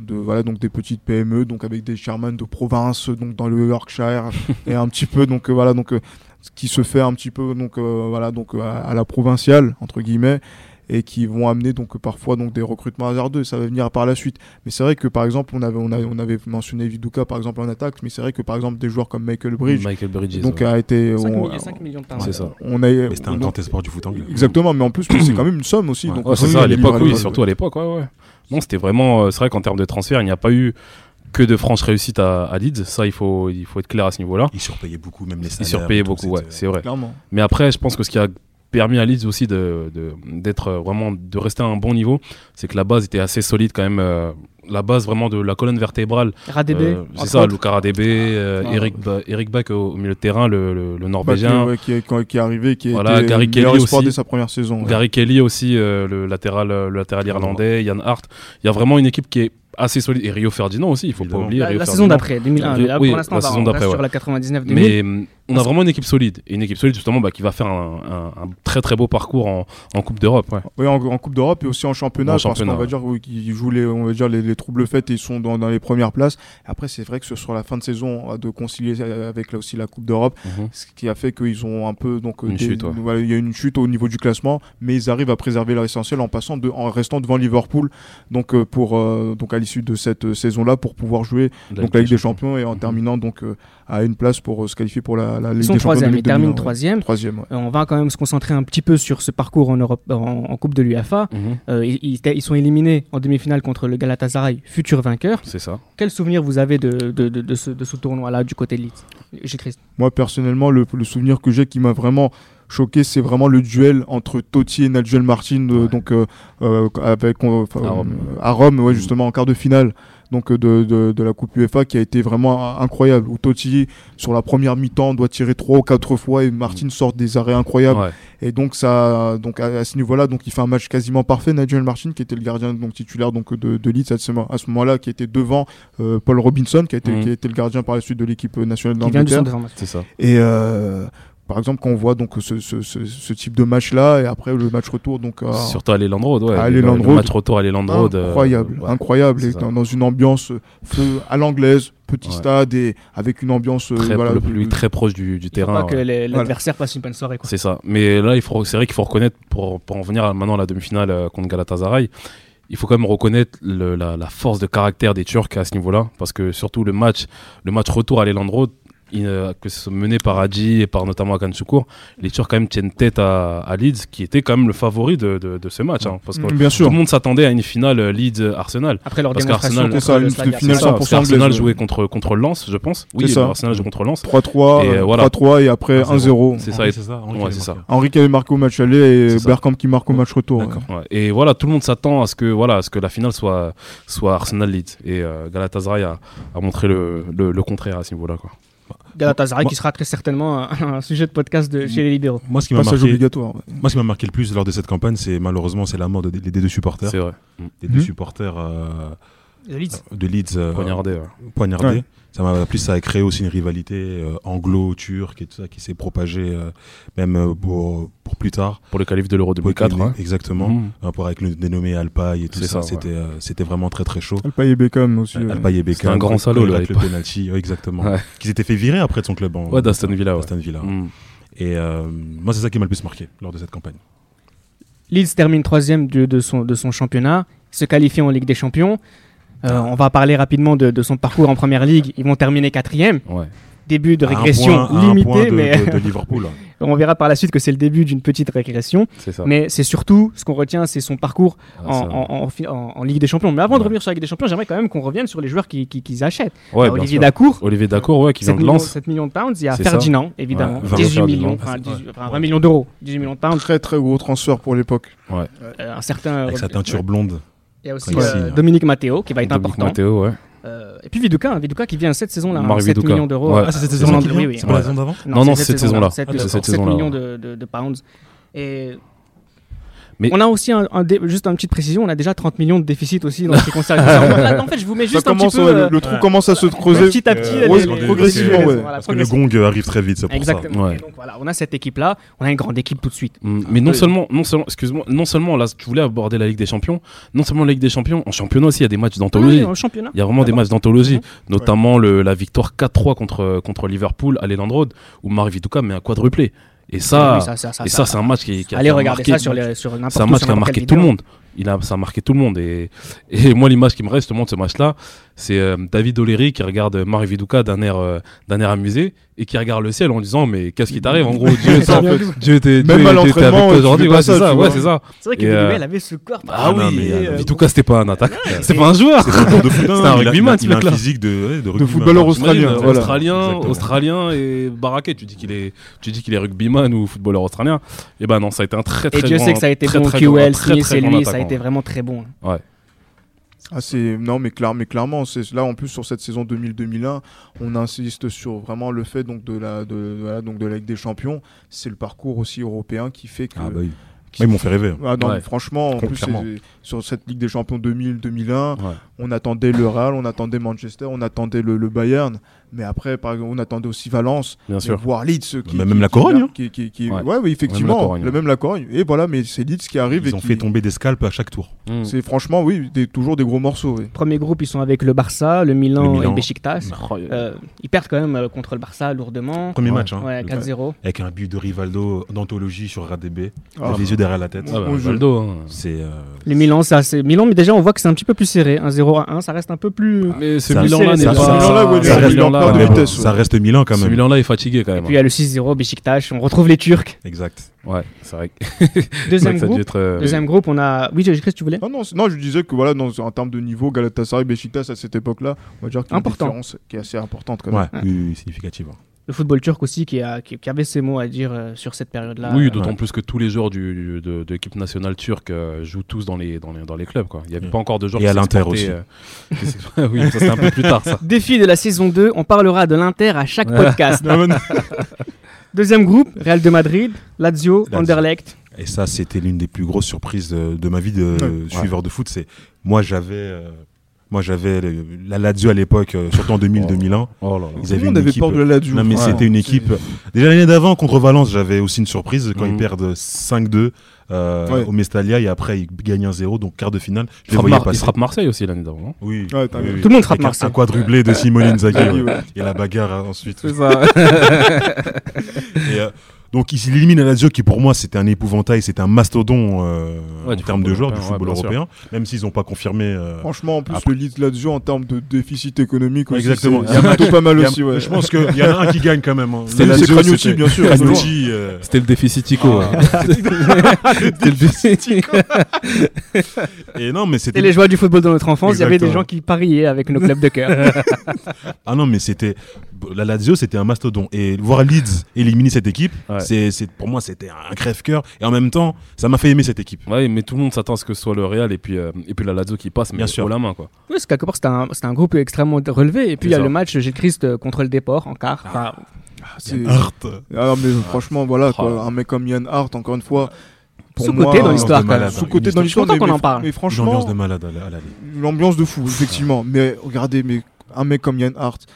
S5: de voilà donc des petites PME, donc avec des chairman de province, donc dans le Yorkshire et un petit peu donc euh, voilà donc euh, ce qui se fait un petit peu donc euh, voilà donc euh, à, à la provinciale entre guillemets et qui vont amener donc parfois donc des recrutements hasardeux ça va venir par la suite mais c'est vrai que par exemple on avait on avait, on avait mentionné Viduka par exemple en attaque mais c'est vrai que par exemple des joueurs comme Michael Bridge
S3: Michael Bridges.
S5: donc euh,
S3: ouais.
S5: a été
S2: Cinq
S5: on,
S2: millions- cinq millions de pounds.
S3: C'est ça.
S5: on a
S4: Mais c'était un
S5: donc-
S4: grand espoir du foot anglais.
S5: exactement mais en plus c'est quand même une somme aussi
S4: Ouais.
S5: donc
S3: Ouais, c'est
S5: oui,
S3: ça, à
S5: il y a
S3: l'époque,
S5: des-
S3: oui, surtout à l'époque, ouais, ouais. Non, c'était vraiment. euh, c'est vrai qu'en termes de transfert, il n'y a pas eu que de franches réussites à, à Leeds. Ça, il faut, il faut être clair à ce niveau-là.
S4: Ils surpayaient beaucoup, même les
S3: Ils
S4: salaires.
S3: surpayaient
S4: et tout,
S3: beaucoup, ouais,
S4: c'était-
S3: c'est vrai.
S5: clairement
S3: Mais après, je pense que ce qui a permis à Leeds aussi de, de- d'être euh, vraiment de rester à un bon niveau, c'est que la base était assez solide quand même. euh, la base vraiment de la colonne vertébrale.
S2: Radebe.
S3: euh, c'est
S2: entre
S3: ça,
S2: autres.
S3: Luca Radebe, euh,
S2: Ah.
S3: Eric, Ba- Eric Bach au, au milieu de terrain, le, le- le
S5: Bah, qui,
S3: Norvégien.
S5: ouais, qui, est- quand- qui est arrivé, qui est
S3: Voilà,
S5: été
S3: Gary
S5: le meilleur
S3: Kelly
S5: espoir
S3: aussi.
S5: dès sa première saison. ouais.
S3: Gary Kelly aussi, euh, le latéral, euh, le latéral irlandais, Yann Hart. Il y a vraiment une équipe qui est assez solide. Et Rio Ferdinand aussi, il faut pas
S4: Évidemment.
S3: oublier.
S2: La,
S3: Rio
S2: la saison
S3: Ferdinand.
S2: d'après, 2001. mais là,
S3: Oui,
S2: pour l'instant,
S3: la
S2: on va-
S3: saison
S2: on reste
S3: d'après,
S2: sur
S3: ouais.
S2: la 99
S3: Mais hum, on a vraiment une équipe solide. Et une équipe solide, justement, bah, qui va faire un, un- un très très beau parcours en, en Coupe d'Europe. ouais.
S5: Oui, en, en Coupe d'Europe et aussi en championnat,
S3: En
S5: parce qu'on
S3: championnat,
S5: va
S3: ouais.
S5: dire oui, qu'ils jouent les, on va dire les, les troubles faits et ils sont dans, dans les premières places. Après, c'est vrai que ce sur la fin de saison euh, de concilier euh, avec là aussi la Coupe d'Europe,
S3: Mhm.
S5: ce qui a fait qu'ils ont un peu donc euh,
S3: Une chute, ouais.
S5: voilà, il y a une chute au niveau du classement, mais ils arrivent à préserver leur essentiel en passant de, en restant devant Liverpool, donc euh, pour euh, donc à l'issue de cette euh, saison-là pour pouvoir jouer donc la Ligue des Champions et en
S3: Mhm.
S5: terminant donc euh, à une place pour euh, se qualifier pour la, la Ligue
S2: Ils sont
S5: des Champions.
S2: troisième, ils
S5: 2000,
S2: terminent
S5: ouais.
S2: troisième.
S5: Troisième, ouais.
S2: Euh, On va quand même se concentrer un petit peu sur ce parcours en, Europe, en, en Coupe de l'UEFA.
S3: Mhm.
S2: Euh, ils, ils étaient- ils sont éliminés en demi-finale contre le Galatasaray, futur vainqueur.
S3: C'est ça.
S2: Quel souvenir vous avez de, de, de, de ce, de ce tournoi-là du côté de Leeds J'ai Christ.
S5: Moi, personnellement, le, le souvenir que j'ai qui m'a vraiment choqué, c'est vraiment le duel entre Totti et Nigel Martin, euh,
S3: Ouais.
S5: donc euh, euh, avec euh, enfin,
S3: À Rome.
S5: euh, à Rome, ouais,
S3: Mm.
S5: justement en quart de finale. Donc euh, de, de- de la Coupe UEFA qui a été vraiment euh, incroyable où Totti sur la première mi-temps doit tirer trois ou quatre fois et Martin sort des arrêts incroyables
S3: Mm. Ouais.
S5: et donc ça donc à, à ce niveau-là donc il fait un match quasiment parfait Nigel Martin qui était le gardien donc titulaire donc de, de Leeds à ce, mo- à ce moment-là qui était devant euh, Paul Robinson qui a été
S3: Mm.
S5: qui a été le gardien par la suite de l'équipe euh, nationale
S2: Qui vient du
S5: d'Angleterre
S2: centre de formation.
S3: C'est ça.
S5: et euh, par exemple, quand on voit donc ce, ce- ce- ce type de match-là, et après le match retour, donc euh,
S3: Surtout à l'Eland Road. Ouais.
S5: À
S3: Le-
S5: l'Elland
S3: le
S5: Road.
S3: match retour à l'Eland Road. euh,
S5: incroyable,
S3: ouais.
S5: incroyable,
S3: c'est
S5: et
S3: ça.
S5: dans, dans une ambiance euh, feu à l'anglaise, petit
S3: Ouais.
S5: stade et avec une ambiance euh,
S3: Très-
S5: voilà,
S3: le
S5: de-
S3: public très proche du, du
S2: Il faut
S3: terrain.
S2: pas que
S3: ouais.
S2: les- l'adversaire passe une bonne soirée. quoi.
S3: C'est ça. Mais là, il faut, c'est vrai qu'il faut reconnaître, pour, pour en venir à- maintenant à la demi-finale euh, contre Galatasaray, il faut quand même reconnaître le- la, la force de caractère des Turcs à ce niveau-là. Parce que surtout le match, le match retour à l'Eland Road, il, euh, que ce soit mené par Hadji et par notamment Hakan Şükür, les Turcs quand même tiennent tête à, à Leeds, qui était quand même le favori de, de- de ce match. hein. parce que
S5: Mm, bien
S3: tout
S5: sûr.
S3: le monde s'attendait à une finale euh, Leeds-Arsenal.
S2: Après leur
S3: Parce
S2: démonstration
S3: qu'Arsenal-
S2: contre
S5: C'est ça,
S2: le
S5: une
S2: Slavia.
S5: finale
S3: C'est ça,
S5: 100%
S3: parce qu'Arsenal
S5: anglaise, ouais.
S3: jouait contre, contre Lens, je pense. Oui,
S5: C'est ça.
S3: Arsenal joue contre Lens.
S5: 3-3,
S3: Et,
S5: euh,
S3: voilà.
S5: 3-3 et après
S4: 1-0.
S5: 1-0.
S3: C'est ça. Et-
S4: Ah c'est ça.
S3: Ouais, c'est ça.
S5: Henri qui avait marqué au match aller et
S3: C'est ça.
S5: Bergkamp qui marque au match retour.
S4: D'accord.
S5: ouais.
S3: Ouais. Et voilà, tout le monde s'attend à ce que voilà, à ce que la finale soit soit Arsenal Leeds et euh, Galatasaray a, a montré le, le, le contraire à ce niveau-là quoi.
S2: Galatasaray
S4: Moi-
S2: qui sera très certainement un, un sujet de podcast de chez les libéraux.
S4: Moi, ce qui m'a
S5: Passage
S4: marqué,
S5: obligatoire. ouais.
S4: moi, ce qui m'a marqué le plus lors de cette campagne, c'est malheureusement, c'est la mort de- des des deux supporters,
S3: C'est vrai.
S4: des deux
S5: Mhm.
S4: supporters euh,
S2: Le Leeds.
S4: de Leeds euh,
S3: Poignardé. ouais.
S4: poignardés.
S5: Ouais.
S4: Ça m'a plus, ça a créé aussi une rivalité euh, anglo-turque et tout ça qui s'est propagée euh, même euh, pour, pour plus tard.
S3: Pour le qualif de l'Euro 2004. hein.
S4: Exactement.
S3: Mhm.
S4: Hein, pour avec le dénommé Alpay et tout
S3: C'est
S4: ça,
S3: ça, ouais.
S4: c'était euh, c'était vraiment très très chaud.
S5: Alpay et Beckham aussi. euh, ouais.
S4: Alpay et Beckham.
S3: un grand
S4: quand
S3: salaud,
S4: il
S3: le
S4: rate le
S3: Alpay.
S4: penalty, ouais, exactement.
S3: Ouais.
S4: Qui s'était fait virer après de son club en
S3: Ouais, d'Aston Villa, ouais.
S4: d'Aston Villa.
S3: Mhm.
S4: Et euh, moi, c'est ça qui m'a le plus marqué lors de cette campagne.
S2: Leeds termine troisième de, de son, de son championnat, se qualifie en Ligue des Champions. Euh, on va parler rapidement de, de son parcours en Première Ligue. Ils vont terminer quatrième.
S3: Ouais.
S2: Début de
S4: À un
S2: régression
S4: point- à un point
S2: limitée,
S4: de-
S2: mais
S4: de, de Liverpool.
S2: on verra par la suite que c'est le début d'une petite régression.
S3: C'est ça.
S2: Mais c'est surtout ce qu'on retient, c'est son parcours
S3: Ah,
S2: en,
S3: ça-
S2: en- en fi- en- en Ligue des Champions. Mais avant de
S3: Ouais.
S2: revenir sur la Ligue des Champions, j'aimerais quand même qu'on revienne sur les joueurs qu'ils qui, qu'ils achètent.
S3: ouais,
S2: Alors,
S3: bien
S2: Olivier
S3: sûr.
S2: Dacour,
S3: Olivier Dacour ouais, qui vient
S2: 7
S3: de
S2: millions,
S3: Lens.
S2: 7 millions de pounds. Il y a
S3: C'est ça.
S2: Ferdinand, évidemment,
S3: Ouais,
S2: 18
S3: Ferdinand.
S2: millions, enfin, 18 enfin, 20 millions d'euros, 18 millions de pounds.
S5: Très très gros transfert pour l'époque.
S2: Euh, un certain.
S3: Ah,
S4: Avec sa
S2: Rob-
S4: teinture blonde.
S2: Il y a aussi
S4: Quand il
S2: euh,
S4: signe, ouais.
S2: Dominique Matteo qui va être
S3: Dominique
S2: important.
S3: Matteo, ouais.
S2: Euh, et puis Viduka, hein, Viduka qui vient cette saison-là, hein,
S3: Marc
S2: 7
S3: Viduka.
S2: millions d'euros.
S3: Ouais.
S4: Ah, c'est cette
S3: C'est
S4: saison-là
S2: Hollande- oui, oui.
S4: C'est pas la saison d'avant
S3: Non, non, c'est cette saison-là.
S2: sept-
S4: Ah, d'accord.
S2: sept- sept
S4: Cette
S3: saison-là,
S2: millions de, de- de pounds. Et
S3: Mais-
S2: on a aussi un, un dé- juste une petite précision, on a déjà 30 millions de déficit aussi dans ce qui concerne. Là, en fait, je vous mets
S5: Ça
S2: juste
S5: commence,
S2: un petit
S5: ouais,
S3: E.
S2: peu
S5: le,
S2: euh,
S5: le trou commence à se
S6: Bah,
S5: creuser.
S2: petit à petit,
S5: euh,
S2: les-
S5: ouais,
S2: les- les-
S5: progressivement,
S2: les-
S5: ouais.
S2: voilà,
S4: Parce que le
S2: progressivement.
S4: gong euh, arrive très vite, c'est pour ça.
S2: Exactement.
S3: Ouais.
S2: Et Donc voilà, on a cette équipe là, on a une grande équipe tout de suite.
S3: Mm, Mais non seulement, non seulement, excuse-moi, non seulement là, tu voulais aborder la Ligue des Champions, non seulement la Ligue des Champions, en championnat aussi, il y a des matchs d'anthologie.
S2: Oui, oui, au championnat.
S3: Il y a vraiment des
S2: D'accord.
S3: matchs d'anthologie, notamment le, la victoire 4-3 contre, contre Liverpool à l'Eland Road, où Marc Vituka met un quadruplé. Et
S6: Ah
S2: Ah
S3: ça,
S2: Oui, ça, ça, ça,
S3: et ça, c'est un match qui, qui a
S2: Allez
S3: qui a
S2: regarder
S3: marqué-
S2: ça sur les- sur n'importe
S3: c'est un
S2: où,
S3: match
S2: sur
S3: qui a
S2: n'importe quel
S3: marqué tout le
S2: vidéo.
S3: monde. Il a, ça a marqué tout le monde. Et, et moi, l'image qui me reste justement de ce match-là, c'est euh, David O'Leary qui regarde Marc Viduka d'un air, euh, d'un air amusé et qui regarde le ciel en disant mais qu'est-ce qui t'arrive en gros
S5: Il
S3: Dieu
S5: est
S3: ça,
S5: bien vu.
S3: Dieu t'es
S5: Même
S3: Dieu
S5: à
S3: était avec
S5: l'entraînement,
S3: toi
S5: tu
S3: aujourd'hui
S5: fais pas
S3: ouais
S5: ça,
S3: c'est ça
S5: tu
S3: ouais
S5: vois.
S3: c'est ça
S6: C'est vrai
S3: Et,
S6: qu'Emile
S3: euh,
S6: elle avait ce corps.
S3: ah
S6: parfait,
S3: oui
S4: mais,
S6: euh,
S4: euh,
S3: Vituka c'était pas un attaque c'est pas un joueur
S4: C'est un joueur de foot, hein.
S3: C'est un
S4: il a- il a-
S3: rugbyman, ce
S4: Il a
S3: mec-là.
S4: un physique de, ouais, de, rugbyman.
S5: footballeur
S4: J'imagine,
S5: australien,
S4: euh,
S5: voilà.
S3: australien,
S4: Exactement.
S3: australien et baraquet. Tu dis qu'il est, tu dis qu'il est rugbyman ou footballeur australien. Et ben non, ça a été un très très
S6: Et Dieu
S3: grand-
S6: sait que ça a été
S3: très,
S6: bon.
S3: très grand-
S6: QL,
S3: très,
S6: Smith
S3: très
S6: et
S3: grand
S6: lui, ça a
S3: attaquant.
S6: été vraiment très bon. hein.
S5: Ah, c'est non mais, clair, mais clairement c'est là en plus sur cette saison 2000-2001 on insiste sur vraiment le fait donc de la de, voilà, donc de la Ligue des Champions c'est le parcours aussi européen qui fait que
S4: Ah bah oui. Moi, ils m'ont fait rêver. hein.
S5: Ah non,
S3: Ouais.
S5: mais franchement, en
S4: Com-
S5: plus,
S4: clairement.
S5: c'est- sur cette Ligue des Champions 2000-2001,
S3: Ouais.
S5: on attendait le Real, on attendait Manchester, on attendait le, le Bayern, mais après, par exemple, on attendait aussi Valence,
S3: Bien
S5: voir
S3: sûr.
S5: voire Leeds. euh, Qui,
S4: Mais
S5: qui-
S4: même la
S5: qui-
S4: Corogne, hein.
S5: qui- qui- qui-
S3: Ouais.
S5: ouais. oui,
S3: Même la
S5: effectivement,
S3: Corogne,
S5: le même la Corogne. Et voilà, mais c'est Leeds qui arrive. et
S4: Ils ont
S5: qui-
S4: fait tomber des scalpes à chaque tour.
S3: Mm.
S5: C'est franchement, oui, des- toujours des gros morceaux. oui.
S6: Premier groupe, ils sont avec le Barça, le Milan,
S4: Le Milan.
S6: et le Besiktas. Euh, ils perdent quand même euh, contre le Barça lourdement.
S4: Premier
S3: Ouais.
S4: match, hein.
S6: Ouais,
S4: Le-
S6: 4-0.
S4: Avec un but de Rivaldo d'anthologie sur RADB.
S5: Ah,
S4: les yeux derrière la tête.
S3: Ah bah,
S5: Bonjour.
S3: Valdo, hein.
S4: C'est. euh,
S6: Le Milan, c'est assez. Milan, mais déjà, on voit que c'est un petit peu plus serré. 1-0 à 1, ça reste un peu plus.
S3: Mais ce
S4: Ça-
S6: ça-
S3: Milan-là n'est
S4: ça-
S3: pas.
S4: ça-
S5: Milan-là, ouais,
S3: ce
S4: ça reste-
S3: Milan-là,
S5: pas de
S3: ouais.
S4: ouais,
S5: vitesse,
S4: ça reste Milan quand
S3: Ce
S4: même.
S3: Milan-là est fatigué quand
S6: Et
S3: même. hein.
S6: puis il y a le 6-0, Besiktas, on retrouve les Turcs.
S4: Exact.
S3: Ouais, c'est vrai. que- c'est vrai
S6: Deuxième
S3: que ça a dû
S6: groupe,
S3: être. euh,
S6: deuxième groupe, on a. Oui, Chris, tu voulais
S5: Non, non, c'est- non, je disais que voilà, dans- en termes de niveau, Galatasaray, Besiktas à cette époque-là, on va dire qu'il y a une
S6: Important.
S5: différence qui est assez importante quand
S4: Ouais,
S5: même.
S4: oui, oui, oui, significatif. hein.
S6: Le football turc aussi qui, a, qui, qui avait ses mots à dire euh, sur cette période-là.
S3: Oui, d'autant
S4: Ouais.
S3: plus que tous les joueurs du, du- de, de l'équipe nationale turque euh, jouent tous dans les, dans les, dans les clubs. Quoi. Il n'y avait
S4: Et-
S3: pas encore de joueurs
S4: et
S3: qui
S4: à l'Inter
S3: s'exportaient, euh, qui s'exp- oui, ça c'est un peu plus tard ça.
S6: Défi de la saison 2, on parlera de l'Inter à chaque podcast.
S3: Ah,
S6: Deuxième groupe, Real de Madrid, Lazio,
S4: Lazio.
S6: Anderlecht.
S4: Et ça, c'était l'une des plus grosses surprises de, de ma vie de
S5: Ouais.
S4: suiveur de foot. C'est moi, j'avais, euh, moi, j'avais le- la Lazio à l'époque, euh, surtout en 2000-2001.
S3: Oh là là.
S4: Ils
S5: Tout le
S4: avaient
S5: monde
S4: une
S5: avait
S4: équipe.
S5: peur de la Lazio.
S4: Non, mais
S5: Ouais.
S4: c'était une équipe. euh, Déjà l'année d'avant contre Valence, j'avais aussi une surprise quand
S3: Mhm.
S4: ils perdent 5-2 euh,
S5: Ouais.
S4: au Mestalia et après ils gagnent 1-0, donc quart de finale. Je
S3: Ils
S4: les
S3: frappent
S4: voyais
S3: Mar- ils
S4: passer.
S3: frappent Marseille aussi l'année d'avant. hein. non
S4: Oui.
S5: Ouais, t'as
S4: Oui,
S5: raison.
S4: oui.
S6: Tout le monde frappe
S4: Avec un-
S6: Marseille.
S4: Un quadruplé de Simone Inzaghi
S5: Ouais,
S4: ouais.
S5: ouais.
S4: et la bagarre euh, ensuite.
S3: ça.
S4: Et, euh, donc ils éliminent la Lazio qui pour moi c'était un épouvantail, c'était un mastodon euh,
S3: Ouais,
S4: en
S3: du
S4: termes de
S3: football
S4: joueurs du
S3: européen,
S4: football
S3: ouais, bien sûr.
S4: européen, même s'ils n'ont pas confirmé. euh,
S5: Franchement, en plus,
S4: Après-
S5: le Leeds Lazio en termes de déficit économique aussi.
S4: Exactement.
S5: c'est-
S4: Il y a
S5: C'est plutôt pas mal
S4: il y a-
S5: aussi, ouais.
S4: Je pense qu'il y en a un qui gagne quand même. hein.
S5: C'est
S4: La Lazio,
S5: Cragnucci,
S4: c'était-
S5: bien sûr.
S4: Cragnucci, euh,
S3: C'était le déficit Tico.
S4: Ah.
S3: ouais. C'était le déficit Tico.
S4: Et non mais
S6: Et
S4: c'était
S6: les joies du football dans notre enfance, il y avait des
S4: Exactement.
S6: gens qui pariaient avec nos clubs de cœur.
S4: Ah non, mais c'était. La Lazio, c'était un mastodon. Et voir Leeds éliminer cette équipe,
S3: Ouais.
S4: c'est, c'est- pour moi, c'était un crève-coeur. Et en même temps, ça m'a fait aimer cette équipe.
S3: Ouais, mais tout le monde s'attend à ce que ce soit le Real et puis, euh, et puis la Lazio qui passe, mais
S4: Bien sûr.
S3: haut la main. Quoi.
S6: oui, parce qu'à quelque part, c'était un, c'était un groupe extrêmement relevé. Et puis il y a
S3: C'est ça. Ah,
S6: le match Gilles Christ euh, contre le Déport en quart.
S4: Ah.
S6: Enfin,
S5: C'est-
S4: Art.
S5: Ah, non, mais franchement, voilà, quoi,
S4: Ah.
S3: là là.
S5: un mec comme Yann Hart, encore une fois. pour moi,
S6: Sous-côté dans
S5: euh,
S6: l'histoire,
S4: de
S6: quand même.
S4: malade.
S5: Sous-côté
S4: Une
S5: dans
S4: histoire-
S5: l'histoire.
S6: Je suis content
S5: mais-
S6: qu'on en parle.
S5: Mais
S4: Une ambiance de
S5: franchement,
S4: malade à la- à l'aller.
S5: une ambiance de fou, effectivement. Mais regardez, mais un mec comme Yann Hart,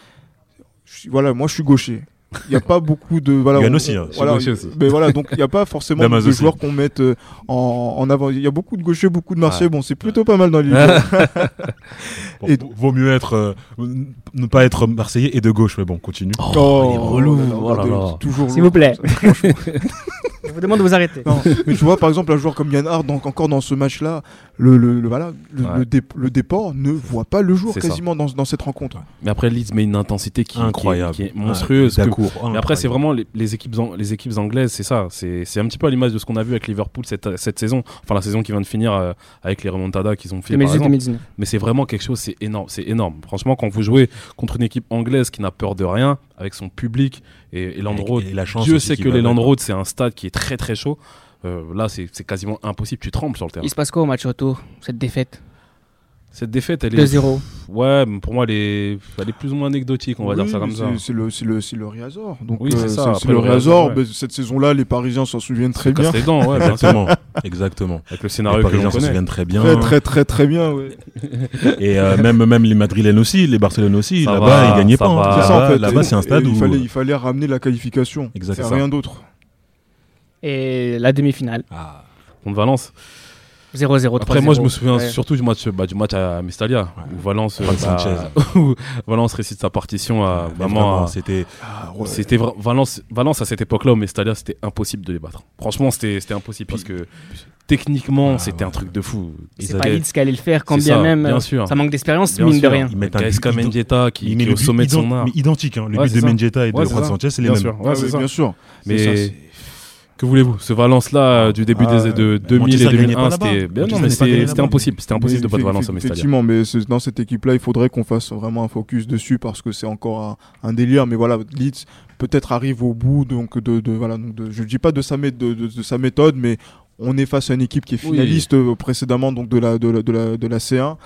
S5: je suis- voilà, moi je suis gaucher. Il n'y a pas beaucoup de. Voilà,
S4: Yann
S5: on-
S4: aussi, hein, je suis
S5: voilà,
S3: gaucher aussi.
S5: Mais voilà, donc il n'y a pas forcément
S4: Damas
S5: de
S4: aussi.
S5: joueurs qu'on mette euh, en, en avant. Il y a beaucoup de gauchers, beaucoup de Marseillais. Bon, c'est plutôt pas mal dans l'île.
S4: Bon,
S5: Et-
S4: vaut- Vaut mieux être. euh, n- ne pas être Marseillais et de gauche, mais bon, continue.
S5: Oh,
S3: il est relou,
S5: là là,
S3: oh là
S5: regardez,
S3: là.
S5: Toujours
S6: S'il
S5: lourd.
S6: vous plaît. Je vous demande de vous arrêter.
S5: Non, mais tu vois, par exemple, un joueur comme Yann Hart, donc encore dans ce match-là, le, le, le- voilà, le,
S3: Ouais.
S5: le dé- le déport ne voit pas le jour
S3: C'est ça.
S5: quasiment dans, dans cette rencontre.
S3: Mais après, Leeds met une intensité qui, qui est-
S4: Incroyable.
S3: qui est monstrueuse. que-
S4: D'accord.
S3: Mais après, c'est vraiment les, les équipes an- les équipes anglaises, c'est ça. C'est c'est un petit peu à l'image de ce qu'on a vu avec Liverpool cette, cette saison. Enfin, la saison qui vient de finir euh, avec les remontadas qu'ils ont fait. par exemple.
S6: 2018-2019.
S3: Mais c'est vraiment quelque chose, c'est énorme. C'est énorme. Franchement, quand vous jouez contre une équipe anglaise qui n'a peur de rien, avec son public et, et Land Road,
S4: Et- et la chance
S3: Dieu
S4: aussi
S3: sait
S4: qu'il
S3: que
S4: va
S3: les Land
S4: mettre.
S3: Road, c'est un stade qui est très très chaud. Euh, là, c'est c'est quasiment impossible. Tu trembles sur le terrain.
S6: Il se passe quoi au match retour Cette défaite
S3: Cette défaite, elle est.
S6: 2-0.
S3: Ouais, mais pour moi, elle est, elle est plus ou moins anecdotique, on va
S5: Oui,
S3: dire ça comme
S5: mais
S3: ça.
S5: c'est- C'est le, c'est le, c'est le Riazor. Donc,
S3: Oui,
S5: euh,
S3: c'est ça, après
S5: le
S3: le
S5: Riazor.
S3: Riazor, ouais.
S5: mais cette saison-là, les Parisiens s'en souviennent très bien.
S3: Casse les dents, ouais, bien sûr.
S4: Exactement. Exactement.
S3: Avec le
S4: Les
S3: scénario que
S4: Parisiens
S3: l'on
S4: se
S3: connaît.
S4: souviennent très bien.
S5: Très, très, très, très bien. ouais.
S4: Et euh, même, même les Madrilènes aussi, les Barcelonais aussi.
S3: Ça
S4: Là-bas,
S3: va,
S4: ils gagnaient
S3: ça
S4: pas. hein.
S3: va.
S5: C'est
S3: Ah,
S5: ça, en
S4: Là-bas-
S5: fait.
S4: Là-bas,
S5: Et-
S4: c'est un
S5: et
S4: stade
S5: il
S4: où. euh,
S5: fallait, il fallait ramener la qualification.
S4: Exact,
S5: C'est
S4: c'est ça.
S5: rien d'autre.
S6: Et la demi-finale.
S4: Ah.
S3: Contre Valence.
S7: 0-0.
S3: Après, moi, je me
S7: 3-0.
S3: souviens
S7: Ouais.
S3: surtout du match, bah, du match à Mestalia,
S4: Ouais.
S3: où Valence, euh,
S4: Juan
S3: bah, où Valence récite sa partition à
S4: Mais
S3: vraiment. hein.
S4: vraiment,
S3: à-
S4: c'était
S5: Ah, ouais.
S3: C'était vra- Valence, Valence à cette époque-là, au Mestalia, c'était impossible de les battre. Franchement, c'était c'était impossible parce que techniquement,
S4: Ah,
S3: c'était
S4: ouais.
S3: un truc de fou. Ils
S2: C'est
S3: avaient-
S2: pas Leeds qui allait le faire, quand
S3: C'est
S2: bien
S3: ça,
S2: même.
S3: bien
S2: euh,
S3: sûr.
S2: Ça manque d'expérience,
S3: Bien
S2: mine de
S3: sûr.
S2: rien.
S4: ils mettent un
S3: KSK
S4: but ident-
S3: Mendieta qui,
S4: il
S3: qui
S4: met
S3: est
S4: le
S3: au
S4: but
S3: sommet de son
S4: ident-
S3: art.
S4: mais identique hein. le
S3: Ouais,
S4: but
S3: c'est
S4: de
S3: ça.
S4: Mendieta et de
S3: Ouais, c'est
S4: Juan
S3: ça.
S4: Sanchez c'est les
S3: Bien
S4: mêmes
S3: sûr. Ouais,
S5: Ah
S3: c'est
S5: oui,
S3: ça.
S5: bien sûr. C'est ça,
S3: Mais
S5: c'est-
S3: que voulez-vous Ce Valence-là, euh, du début
S5: Ah,
S3: des, de
S4: mais
S3: 2000 et
S4: Manchester gagnait pas
S3: 2001,
S4: là-bas.
S3: c'était bien, non, mais
S4: Manchester n'est pas gagné
S3: c'est- c'était
S4: là-bas.
S3: impossible. C'était impossible de
S5: Mais
S3: battre Valence au
S5: effe-
S3: Mestalia.
S5: Effectivement, mais c'est- dans cette équipe-là, il faudrait qu'on fasse vraiment un focus dessus parce que c'est encore un, un délire. Mais voilà, Leeds peut-être arrive au bout donc de, de- voilà donc de- je dis pas de sa, mé- de, de- de sa méthode, mais on est face à une équipe qui est
S3: Oui.
S5: finaliste euh, précédemment donc de la de la, de la de la C1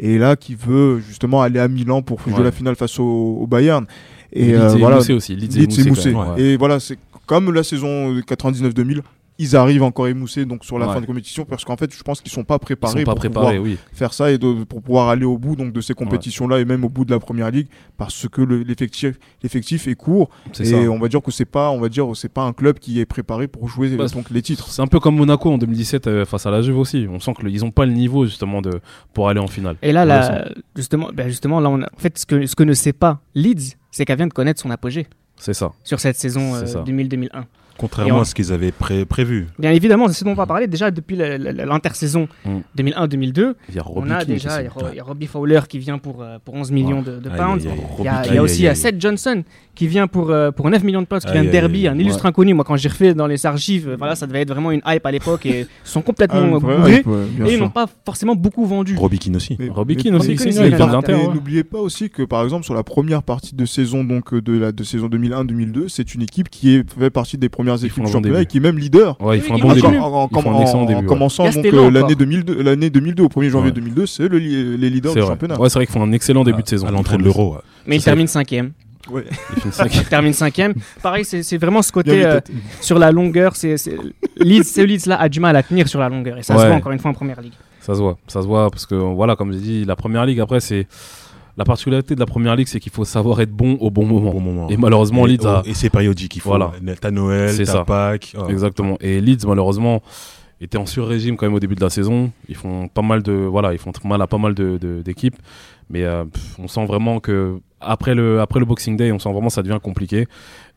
S5: et là qui veut justement aller à Milan pour jouer
S3: Ouais.
S5: la finale face au, au Bayern. Et,
S3: Leeds
S5: euh, voilà,
S3: Moussé aussi. Leeds
S5: Leeds
S3: et Moussé.
S5: émoussé.
S3: quand même, ouais.
S5: Et voilà, c'est comme la saison euh, 99-2000. Ils arrivent encore émoussés donc sur la
S3: Ouais.
S5: fin de compétition parce qu'en fait je pense qu'ils sont pas
S3: Ils
S5: préparés
S3: sont pas
S5: pour pouvoir
S3: préparés, oui.
S5: faire ça et de, pour pouvoir aller au bout donc de ces compétitions là et même au bout de la première ligue parce que le- l'effectif l'effectif est court
S3: C'est
S5: et
S3: ça.
S5: on va dire que c'est pas on va dire que c'est pas un club qui est préparé pour jouer
S3: Bah,
S5: donc les titres
S3: C'est un peu comme Monaco en 2017 euh, face à la Juve aussi. On sent qu'ils n'ont pas le niveau justement de, pour aller en finale.
S2: Et là,
S3: On
S2: là justement, ben justement, là, on a- en fait, ce que, ce que ne sait pas Leeds, c'est qu'elle vient de connaître son apogée
S3: C'est ça.
S2: sur cette saison euh,
S3: C'est ça.
S2: 2000-2001. Et
S4: contrairement
S2: on-
S4: à ce qu'ils avaient pré- prévu
S2: Bien évidemment, c'est ce dont on va parler déjà depuis la- la- la- l'intersaison
S3: Mm.
S2: 2001-2002.
S3: Il y a
S2: On
S3: Robbie
S2: a
S3: Keane
S2: déjà
S3: aussi.
S2: il y a Ro- il y a Robbie Fowler qui vient pour, euh, pour 11 millions de, de
S4: Aïe,
S2: pounds.
S4: aïe, aïe.
S2: Il y a,
S4: Robbie
S2: il y a
S4: Keane,
S2: aussi
S4: aïe,
S2: à
S4: aïe, aïe.
S2: Seth Johnson qui vient pour, euh, pour 9 millions de pounds, qui
S4: Aïe,
S2: vient de
S4: aïe,
S2: Derby,
S4: aïe.
S2: un illustre inconnu. Moi, quand j'ai refait dans les archives, euh, voilà, ça devait être vraiment une hype à l'époque et ils sont complètement
S5: Ah,
S2: euh,
S5: ouais,
S2: bourrés.
S5: ouais, bien
S2: et ils
S5: sûr.
S2: n'ont pas forcément beaucoup vendu.
S4: Robbie Keane aussi
S5: Mais-
S3: Robbie
S5: mais-
S3: Keane aussi,
S2: Robbie Keane,
S3: c'est
S2: il
S3: ça, il
S2: vient
S3: vient
S2: de
S3: d'Inter.
S5: Et
S3: ouais.
S5: n'oubliez pas aussi que par exemple sur la première partie de saison donc euh, de la de saison 2001-2002, c'est une équipe qui est, fait partie des premières
S3: Ils font
S5: équipes
S3: un
S5: du
S3: bon
S5: championnat
S3: début.
S5: et qui est même leader.
S3: Ouais, ils
S2: Oui,
S3: font un
S2: oui,
S3: bon
S2: ils
S3: début.
S5: Encore-
S2: continuent.
S5: en, en-
S3: Ils font un excellent
S5: en- en
S3: début, ouais.
S5: commençant donc
S2: Castello
S5: euh,
S2: encore.
S5: l'année 2002, l'année 2002 au 1er janvier
S3: Ouais.
S5: 2002, c'est le li- les leaders
S3: C'est
S5: du
S3: vrai.
S5: championnat.
S3: Ouais, c'est vrai qu'ils font un excellent début de saison.
S4: à l'entrée de l'euro ouais.
S2: Mais ils
S3: C'est ça.
S2: terminent cinquième.
S3: Ils finissent cinquième.
S2: Ils terminent cinquième. Pareil, c'est c'est vraiment ce
S5: Bien
S2: côté
S5: vu,
S2: euh,
S5: Tati.
S2: sur la longueur. C'est c'est- Leeds, ce Leeds-là a du mal à tenir sur la longueur. Et ça se
S3: Ouais.
S2: voit encore une fois en première ligue.
S3: Ça se voit, ça se voit parce que voilà, comme j'ai dit, la première ligue après c'est la particularité de la première ligue, c'est qu'il faut savoir être bon au bon moment.
S4: bon moment
S3: Et malheureusement Leeds a
S4: et c'est périodique il faut
S3: Voilà.
S4: t'as Noël
S3: C'est
S4: t'as
S3: ça.
S4: Pâques oh.
S3: exactement et Leeds malheureusement était en sur-régime quand même au début de la saison. Ils font pas mal de voilà, ils font mal à pas mal de de- d'équipes, mais euh, pff, on sent vraiment que après le après le Boxing Day, on sent vraiment que ça devient compliqué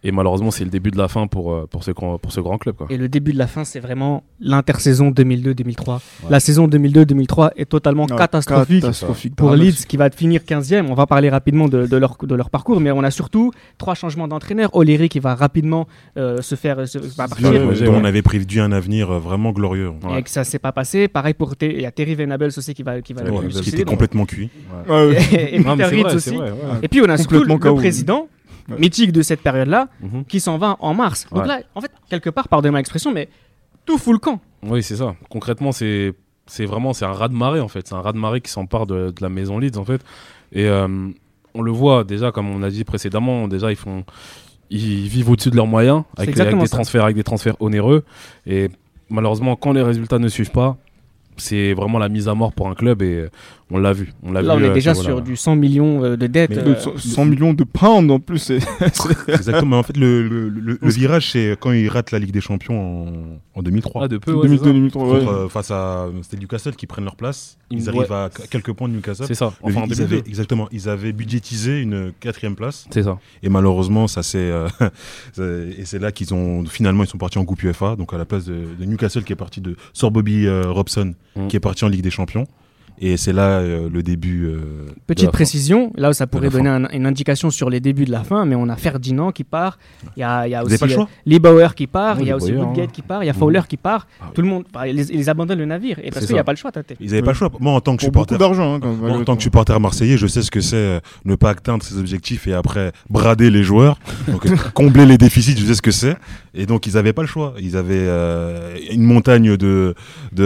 S3: et malheureusement c'est le début de la fin pour euh, pour ce grand pour ce grand club quoi.
S2: Et le début de la fin, c'est vraiment l'intersaison 2002-2003. La saison 2002-2003 est totalement
S5: Ah,
S2: catastrophique.
S5: catastrophique. Ah,
S2: Pour
S5: dramatique.
S2: Leeds, qui va finir 15e, on va parler rapidement de, de leur, de leur parcours, mais on a surtout trois changements d'entraîneur. O'Leary qui va rapidement euh, se faire se- va partir.
S5: Violet,
S4: dont
S3: ouais.
S4: on avait prévu un avenir euh, vraiment glorieux
S3: Ouais.
S2: Et que ça s'est pas passé. Pareil pour Te- il y a Terry Venables aussi qui va qui va
S3: Ouais,
S2: le
S4: Ouais,
S3: Venables,
S4: qui
S2: suicider.
S4: était complètement cuit
S5: Ouais, ouais.
S2: et, et
S3: Non, mais
S2: Peter
S3: c'est
S2: Reeds
S3: vrai,
S2: aussi.
S3: c'est vrai, ouais.
S2: Et puis on a surtout le,
S5: Complètement
S2: le
S5: KO.
S2: président
S5: Ouais.
S2: mythique de cette période-là
S3: Mhm.
S2: qui s'en va en mars. Donc
S3: Ouais.
S2: là, en fait, quelque part, pardonnez-moi l'expression, mais tout fout le camp.
S3: Oui, c'est ça. Concrètement, c'est c'est vraiment c'est un raz-de-marée en fait. C'est un raz-de-marée qui s'empare de, de la maison Leeds en fait. Et euh, on le voit déjà, comme on a dit précédemment, déjà ils font ils vivent au-dessus de leurs moyens
S2: C'est
S3: avec,
S2: exactement
S3: avec des
S2: ça.
S3: transferts avec des transferts onéreux. Et malheureusement, quand les résultats ne suivent pas, c'est vraiment la mise à mort pour un club et euh, on l'a vu. On l'a
S2: Là, on
S3: vu,
S2: est
S3: euh,
S2: déjà
S3: ce
S2: sur
S3: niveau-là.
S2: du 100 millions euh, de dettes.
S4: Mais
S2: euh,
S5: 100 millions de pounds en plus. c'est-
S4: exactement en fait le, le, le- le virage c'est quand il rate la Ligue des Champions en, en 2003
S3: Ah, de peu. ouais, c'est
S5: 2002,
S3: ça.
S5: 2003, ouais.
S4: Contre, euh, face à c'était Newcastle qui prennent leur place ils
S3: Ouais.
S4: arrivent à qu- quelques points de Newcastle
S3: c'est ça.
S4: Le-
S3: Enfin, en
S4: ils
S3: 2002.
S4: avaient, exactement, ils avaient budgétisé une quatrième place
S3: C'est ça.
S4: et malheureusement ça c'est et c'est là qu'ils ont finalement ils sont partis en coupe UEFA donc à la place de, de Newcastle qui est parti de Sir Bobby euh, Robson
S3: Mm.
S4: qui est parti en Ligue des Champions et c'est là euh, le début euh,
S3: de
S2: Petite
S3: la fin.
S2: précision, là où ça pourrait
S4: la fin.
S2: donner un- une indication sur les débuts de la fin, mais on a Ferdinand qui part, il y a, il y a
S4: vous
S2: aussi
S4: n'avez pas le choix
S2: euh, Liebauer qui part,
S3: Ouais,
S2: il y a aussi
S3: Liebauer,
S2: Woodgate
S3: hein.
S2: qui part, il y a Fowler qui part,
S3: Ah oui.
S2: tout le monde, bah, ils, ils abandonnent le navire, et parce
S3: C'est
S2: qu'il n'y
S3: ça.
S2: a pas le choix, Tate.
S4: ils n'avaient pas le choix moi en tant que
S5: Pour beaucoup
S4: supporter
S5: d'argent. hein, quand même.
S4: moi, en tant que supporter marseillais, je sais ce que c'est euh, ne pas atteindre ses objectifs et après brader les joueurs, donc euh, combler les déficits, je sais ce que c'est. Et donc ils n'avaient pas le choix. Ils avaient euh, une montagne de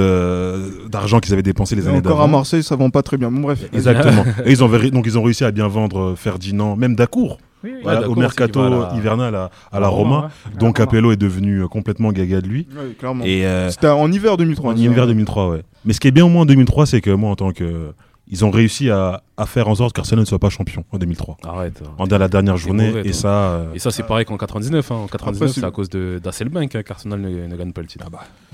S4: de- d'argent qu'ils avaient dépensé les
S5: Et
S4: années
S5: Encore à
S4: d'avant.
S5: Marseille, ça vend pas très bien. Bon, bref.
S4: Exactement. et ils ont verri- donc ils ont réussi à bien vendre euh, Ferdinand, même Dacour, voilà,
S3: Ah, Dacour,
S4: au
S3: c'est
S4: mercato
S3: qui va à Ah, la-
S4: hivernal à, à la Roma. Donc
S2: Roma.
S4: Capello est devenu euh, complètement gaga de lui.
S5: Ouais, clairement.
S4: Et euh,
S5: C'était en hiver 2003.
S4: en
S5: ça.
S4: hiver 2003, ouais. Mais ce qui est bien au moins en 2003, c'est que moi, en tant que ils ont réussi à, à faire en sorte qu'Arsenal ne soit pas champion en 2003.
S3: Arrête. hein.
S4: En dans la dernière journée,
S3: mauvais,
S4: et
S3: toi.
S4: ça. euh,
S3: Et ça,
S2: Ah.
S3: c'est pareil qu'en 99. hein. En 99,
S5: Après, c'est-
S3: c'est à cause de- d'Asselbank hein, qu'Arsenal ne, ne gagne pas le titre.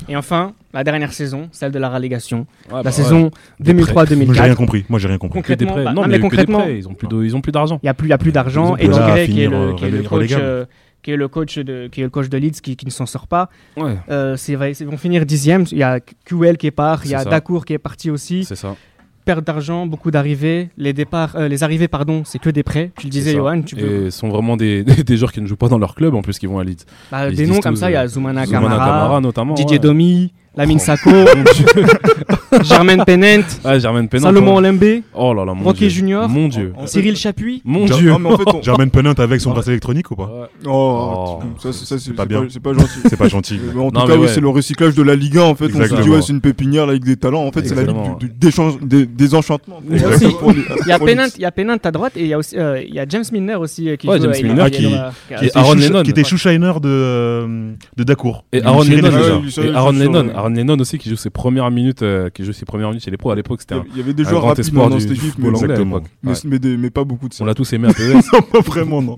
S2: Et enfin, la dernière saison, celle de la relégation,
S3: Ouais, bah,
S2: la saison
S3: Des prêts.
S4: moi, j'ai rien
S2: 2003-2004.
S4: compris. Moi, j'ai rien compris.
S3: ouais. Que des
S2: concrètement,
S3: prêts.
S2: bah,
S3: non,
S2: non,
S3: mais,
S2: mais
S3: que des
S2: concrètement-
S3: prêts, ils ont plus de- ils ont plus d'argent.
S2: Il n'y a plus, il y a plus d'argent.
S4: Ils
S2: Et
S4: ont pas
S2: Gray, qui est
S4: finir,
S2: le,
S4: euh,
S2: qui est le
S4: relé-
S2: coach,
S4: relégable.
S2: euh, qui est le coach de, qui est le coach de Leeds, qui, qui ne s'en sort pas.
S3: Ouais,
S2: Euh, c'est vrai, ils vont finir dixième. Il y a QL qui est part, il y
S3: C'est
S2: a
S3: ça.
S2: Dakour qui est parti aussi.
S3: c'est ça.
S2: Perte d'argent, beaucoup d'arrivées, les départs, euh, les arrivées pardon, c'est que des prêts. Tu le disais,
S3: C'est ça.
S2: Johan, tu peux.
S3: Et sont vraiment des, des, des joueurs qui ne jouent pas dans leur club en plus qui vont à Leeds.
S2: Bah,
S3: ils
S2: des
S3: disent
S2: noms
S3: tous,
S2: comme ça, il y a
S3: euh,
S2: Zoumana
S3: Zoumana
S2: Kamara,
S3: notamment.
S2: Didier
S3: ouais.
S2: Domi, Lamine
S3: Oh.
S2: Sacco, Germaine Pennant,
S3: Ah, Germaine Pennant.
S2: Salomon
S3: ouais.
S2: Olembe,
S3: Oh là là, mon
S2: Rocky
S3: Dieu.
S2: Junior, Oh.
S3: Mon Dieu.
S5: En- en-
S2: Cyril Chapuis.
S3: Mon
S4: Ja-
S3: Dieu.
S5: Non, mais en fait, on-
S4: Germaine Pennant avec son bracelet électronique ou pas
S3: Ouais.
S5: Oh,
S3: Oh,
S5: ça, c'est- ça, c'est
S4: pas
S5: pas
S4: bien.
S5: bien. C'est pas gentil.
S4: C'est pas gentil.
S5: Mais en tout
S3: Non,
S5: cas,
S3: mais
S5: oui,
S3: ouais.
S5: c'est le recyclage de la Ligue 1 en fait. On se dit
S4: Exactement.
S5: ouais, c'est une pépinière là, avec des talents. En fait, c'est la
S3: Exactement.
S5: ligue du, du déchan- des, des enchantements.
S2: Il y a
S5: Ouais,
S2: aussi-
S5: pour les-
S2: Il y a
S5: pour les-
S2: Pennant, il y a Pennant à droite et il y a aussi euh, il y a James Milner aussi euh, qui
S3: Ouais,
S2: joue,
S3: James
S2: euh, il-
S3: Milner
S2: il- il-
S4: qui-
S2: euh,
S4: Qui
S3: Et
S4: était
S3: Aaron
S4: Shu-
S3: Lennon.
S4: Qui était Shushiner de, euh, de Dakour.
S3: Et
S4: Il
S3: Aaron
S4: tirait les
S3: Lennon euh,
S4: jeux,
S5: déjà.
S4: genre.
S5: lui, ça,
S3: Et
S5: je
S3: Aaron
S5: suis sûr,
S3: Lennon,
S5: ouais.
S3: Aaron Lennon aussi qui joue ses premières minutes, euh, qui joue ses premières minutes chez les pros à l'époque, c'était
S5: Il y
S3: un,
S5: avait- il y avait des
S3: un
S5: joueurs
S3: grand
S5: rapides
S3: espoir
S5: dans
S3: du
S5: cette équipe, mais,
S3: football anglais à
S4: exactement.
S3: l'époque.
S5: mais,
S3: Ouais.
S5: mais des- mais pas beaucoup de ça.
S3: On l'a tous aimé un peu.
S5: Pas vraiment, non.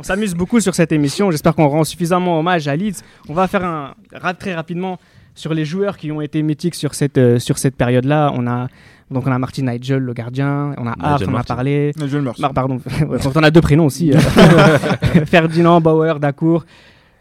S2: On s'amuse beaucoup sur cette émission. J'espère qu'on rend suffisamment hommage à Leeds. On va faire un rap très rapidement sur les joueurs qui ont été mythiques sur cette, euh, sur cette période-là. On a donc on a Martin Nigel, le gardien. On a Hart, on a
S3: Martin.
S2: parlé.
S5: Nigel Mercer.
S2: Mar- pardon. Ouais, Quand on a deux prénoms aussi. euh, Ferdinand, Bauer, Dacour.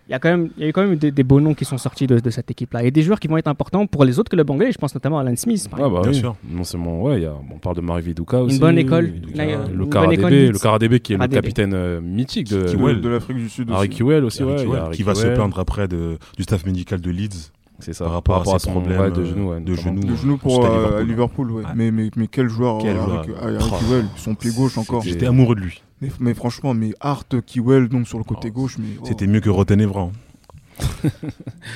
S2: Il y a quand même, il y a eu quand même des, des beaux noms qui sont sortis de, de cette équipe-là. Et des joueurs qui vont être importants pour les autres clubs anglais. Je pense notamment à Alan Smith. par
S3: Ouais, bah
S4: Bien
S3: oui.
S4: sûr.
S3: Non seulement, ouais, il y a- on parle de Marie Viduka aussi.
S2: bonne école.
S3: Viduka,
S2: Là, il y a une
S3: Le
S2: bonne école
S3: Karadébé, le
S2: mixte.
S3: Karadébé qui est le
S2: Karadébé.
S3: capitaine euh, mythique de
S5: De-
S4: Qui- Kiwell.
S5: de l'Afrique du Sud.
S3: Harry
S5: aussi.
S3: Kiwell aussi, ouais. il y a Harry
S4: qui va se
S3: Kewell.
S4: plaindre après de- du staff médical de Leeds
S3: C'est ça,
S4: par rapport à, ses
S3: son
S4: problèmes
S3: ouais, de
S4: euh,
S3: genoux. ouais,
S4: de
S3: notamment.
S4: genoux,
S5: De genoux pour
S4: C'était à
S5: euh,
S4: Liverpool.
S5: à Liverpool, ouais.
S4: Ouais.
S5: Mais, mais, mais quel joueur,
S4: Quel
S5: euh,
S4: joueur.
S5: Harry- Harry
S3: Oh.
S5: Kewell, son pied gauche encore.
S3: C'était-
S4: J'étais amoureux de lui.
S5: Mais, mais franchement, mais Hart, Kiwell, donc sur le côté
S3: Oh,
S5: gauche, mais. oh.
S4: C'était mieux que hein. Rotenevra.
S2: En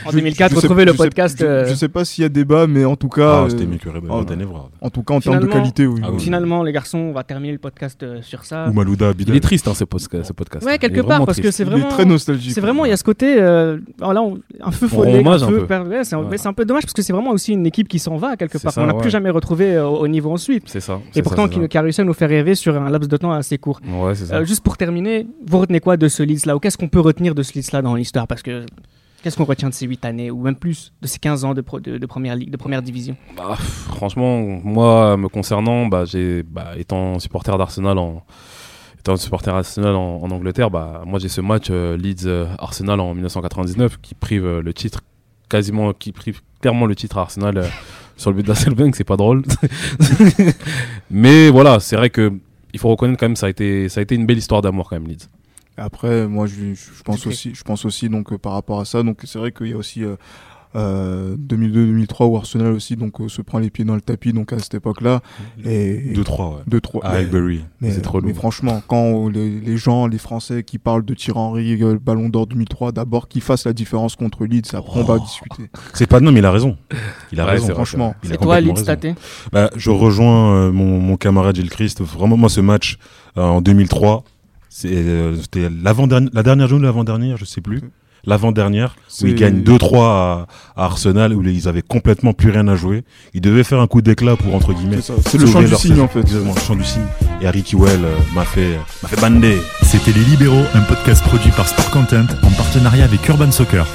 S5: Ah, Je-
S2: 2004,
S5: je sais-
S2: retrouvez le
S5: je sais-
S2: podcast.
S5: je-
S2: euh,
S5: Je sais pas s'il y a débat, mais en tout cas.
S4: Ah, c'était
S5: euh,
S4: mieux que Rotenevra.
S5: En tout cas, en termes de
S2: Finalement-
S5: qualité, oui.
S4: Ah
S5: oui.
S4: oui.
S2: Finalement, les garçons, on va terminer le podcast euh, sur ça.
S4: Ou Malouda
S3: Il est
S4: Abidal.
S3: triste, hein, ce, posca- ce podcast.
S2: Ouais,
S3: Il est
S2: quelque part,
S3: vraiment
S2: parce que
S3: triste.
S2: c'est
S5: Il est
S2: vraiment.
S5: très nostalgique.
S2: C'est vraiment, il y a ce côté. euh, voilà, on- un feu
S3: On
S2: follet.
S3: rend hommage
S2: un
S3: un
S2: feu
S3: peu.
S2: per- ouais, c'est un,
S3: Ouais.
S2: mais c'est un peu dommage parce que c'est vraiment aussi une équipe qui s'en va quelque
S3: C'est
S2: part.
S3: ça,
S2: on n'a plus
S3: ouais.
S2: jamais retrouvé euh, au niveau ensuite.
S3: C'est ça.
S2: Et
S3: c'est
S2: pourtant,
S3: ça, c'est
S2: qui, qui a réussi à nous faire rêver sur un laps de temps assez court.
S3: ça. Ouais, c'est ça.
S2: Euh, juste pour terminer, vous retenez quoi de ce Leeds-là Ou qu'est-ce qu'on peut retenir de ce Leeds-là dans l'histoire Parce que qu'est-ce qu'on retient de ces 8 années Ou même plus de ces 15 ans de, pro- de, de première, ligue, de première division
S3: Bah, pff, franchement, moi, me concernant, bah, j'ai, bah, étant supporter d'Arsenal en étant supporter Arsenal en, en Angleterre, bah, moi j'ai ce match euh, Leeds euh, Arsenal en 1999 qui prive euh, le titre quasiment, qui prive clairement le titre à Arsenal euh, sur le but d'Asselbank, c'est pas drôle. Mais voilà, c'est vrai que il faut reconnaître quand même ça a été ça a été une belle histoire d'amour quand même Leeds.
S5: Après, moi, je, je- je pense
S2: Ok.
S5: aussi, je pense aussi donc euh, par rapport à ça. Donc c'est vrai qu'il y a aussi euh, euh, 2002-2003 où Arsenal aussi donc euh, se prend les pieds dans le tapis. Donc à cette époque-là et
S4: 2-3, ouais. Ah,
S5: 2 3
S4: À Highbury.
S5: mais,
S3: c'est trop
S5: mais
S3: lourd.
S5: franchement, quand on- les, les gens, les Français qui parlent de Thierry Henry, euh, le Ballon d'Or 2003, d'abord qu'ils fassent la différence contre Leeds, après on va discuter.
S4: C'est pas. Non, mais il a raison. Il a
S3: Ouais,
S4: raison.
S3: c'est vrai.
S5: Franchement,
S4: Il a
S2: Et toi,
S4: complètement
S2: Leeds,
S4: raison.
S2: Taté
S4: Bah, je rejoins euh, mon, mon camarade Gilles Christ. Vraiment, moi, ce match euh, en 2003, c'est, euh, c'était l'avant-dernière- la dernière journée ou l'avant-dernière, je sais plus. L'avant-dernière, où
S5: C'est-
S4: ils gagnent 2-3 à, à Arsenal, où ils avaient complètement plus rien à jouer. Ils devaient faire un coup d'éclat pour, entre guillemets,
S5: c'est ça. C'est le champ
S4: sauver
S5: du
S4: leur
S5: signe
S4: saison.
S5: en fait.
S4: Exactement, le chant du signe. Et Harry Kewell euh, m'a fait, m'a fait bander.
S1: C'était Les Libéraux, un podcast produit par Sport Content en partenariat avec Urban Soccer.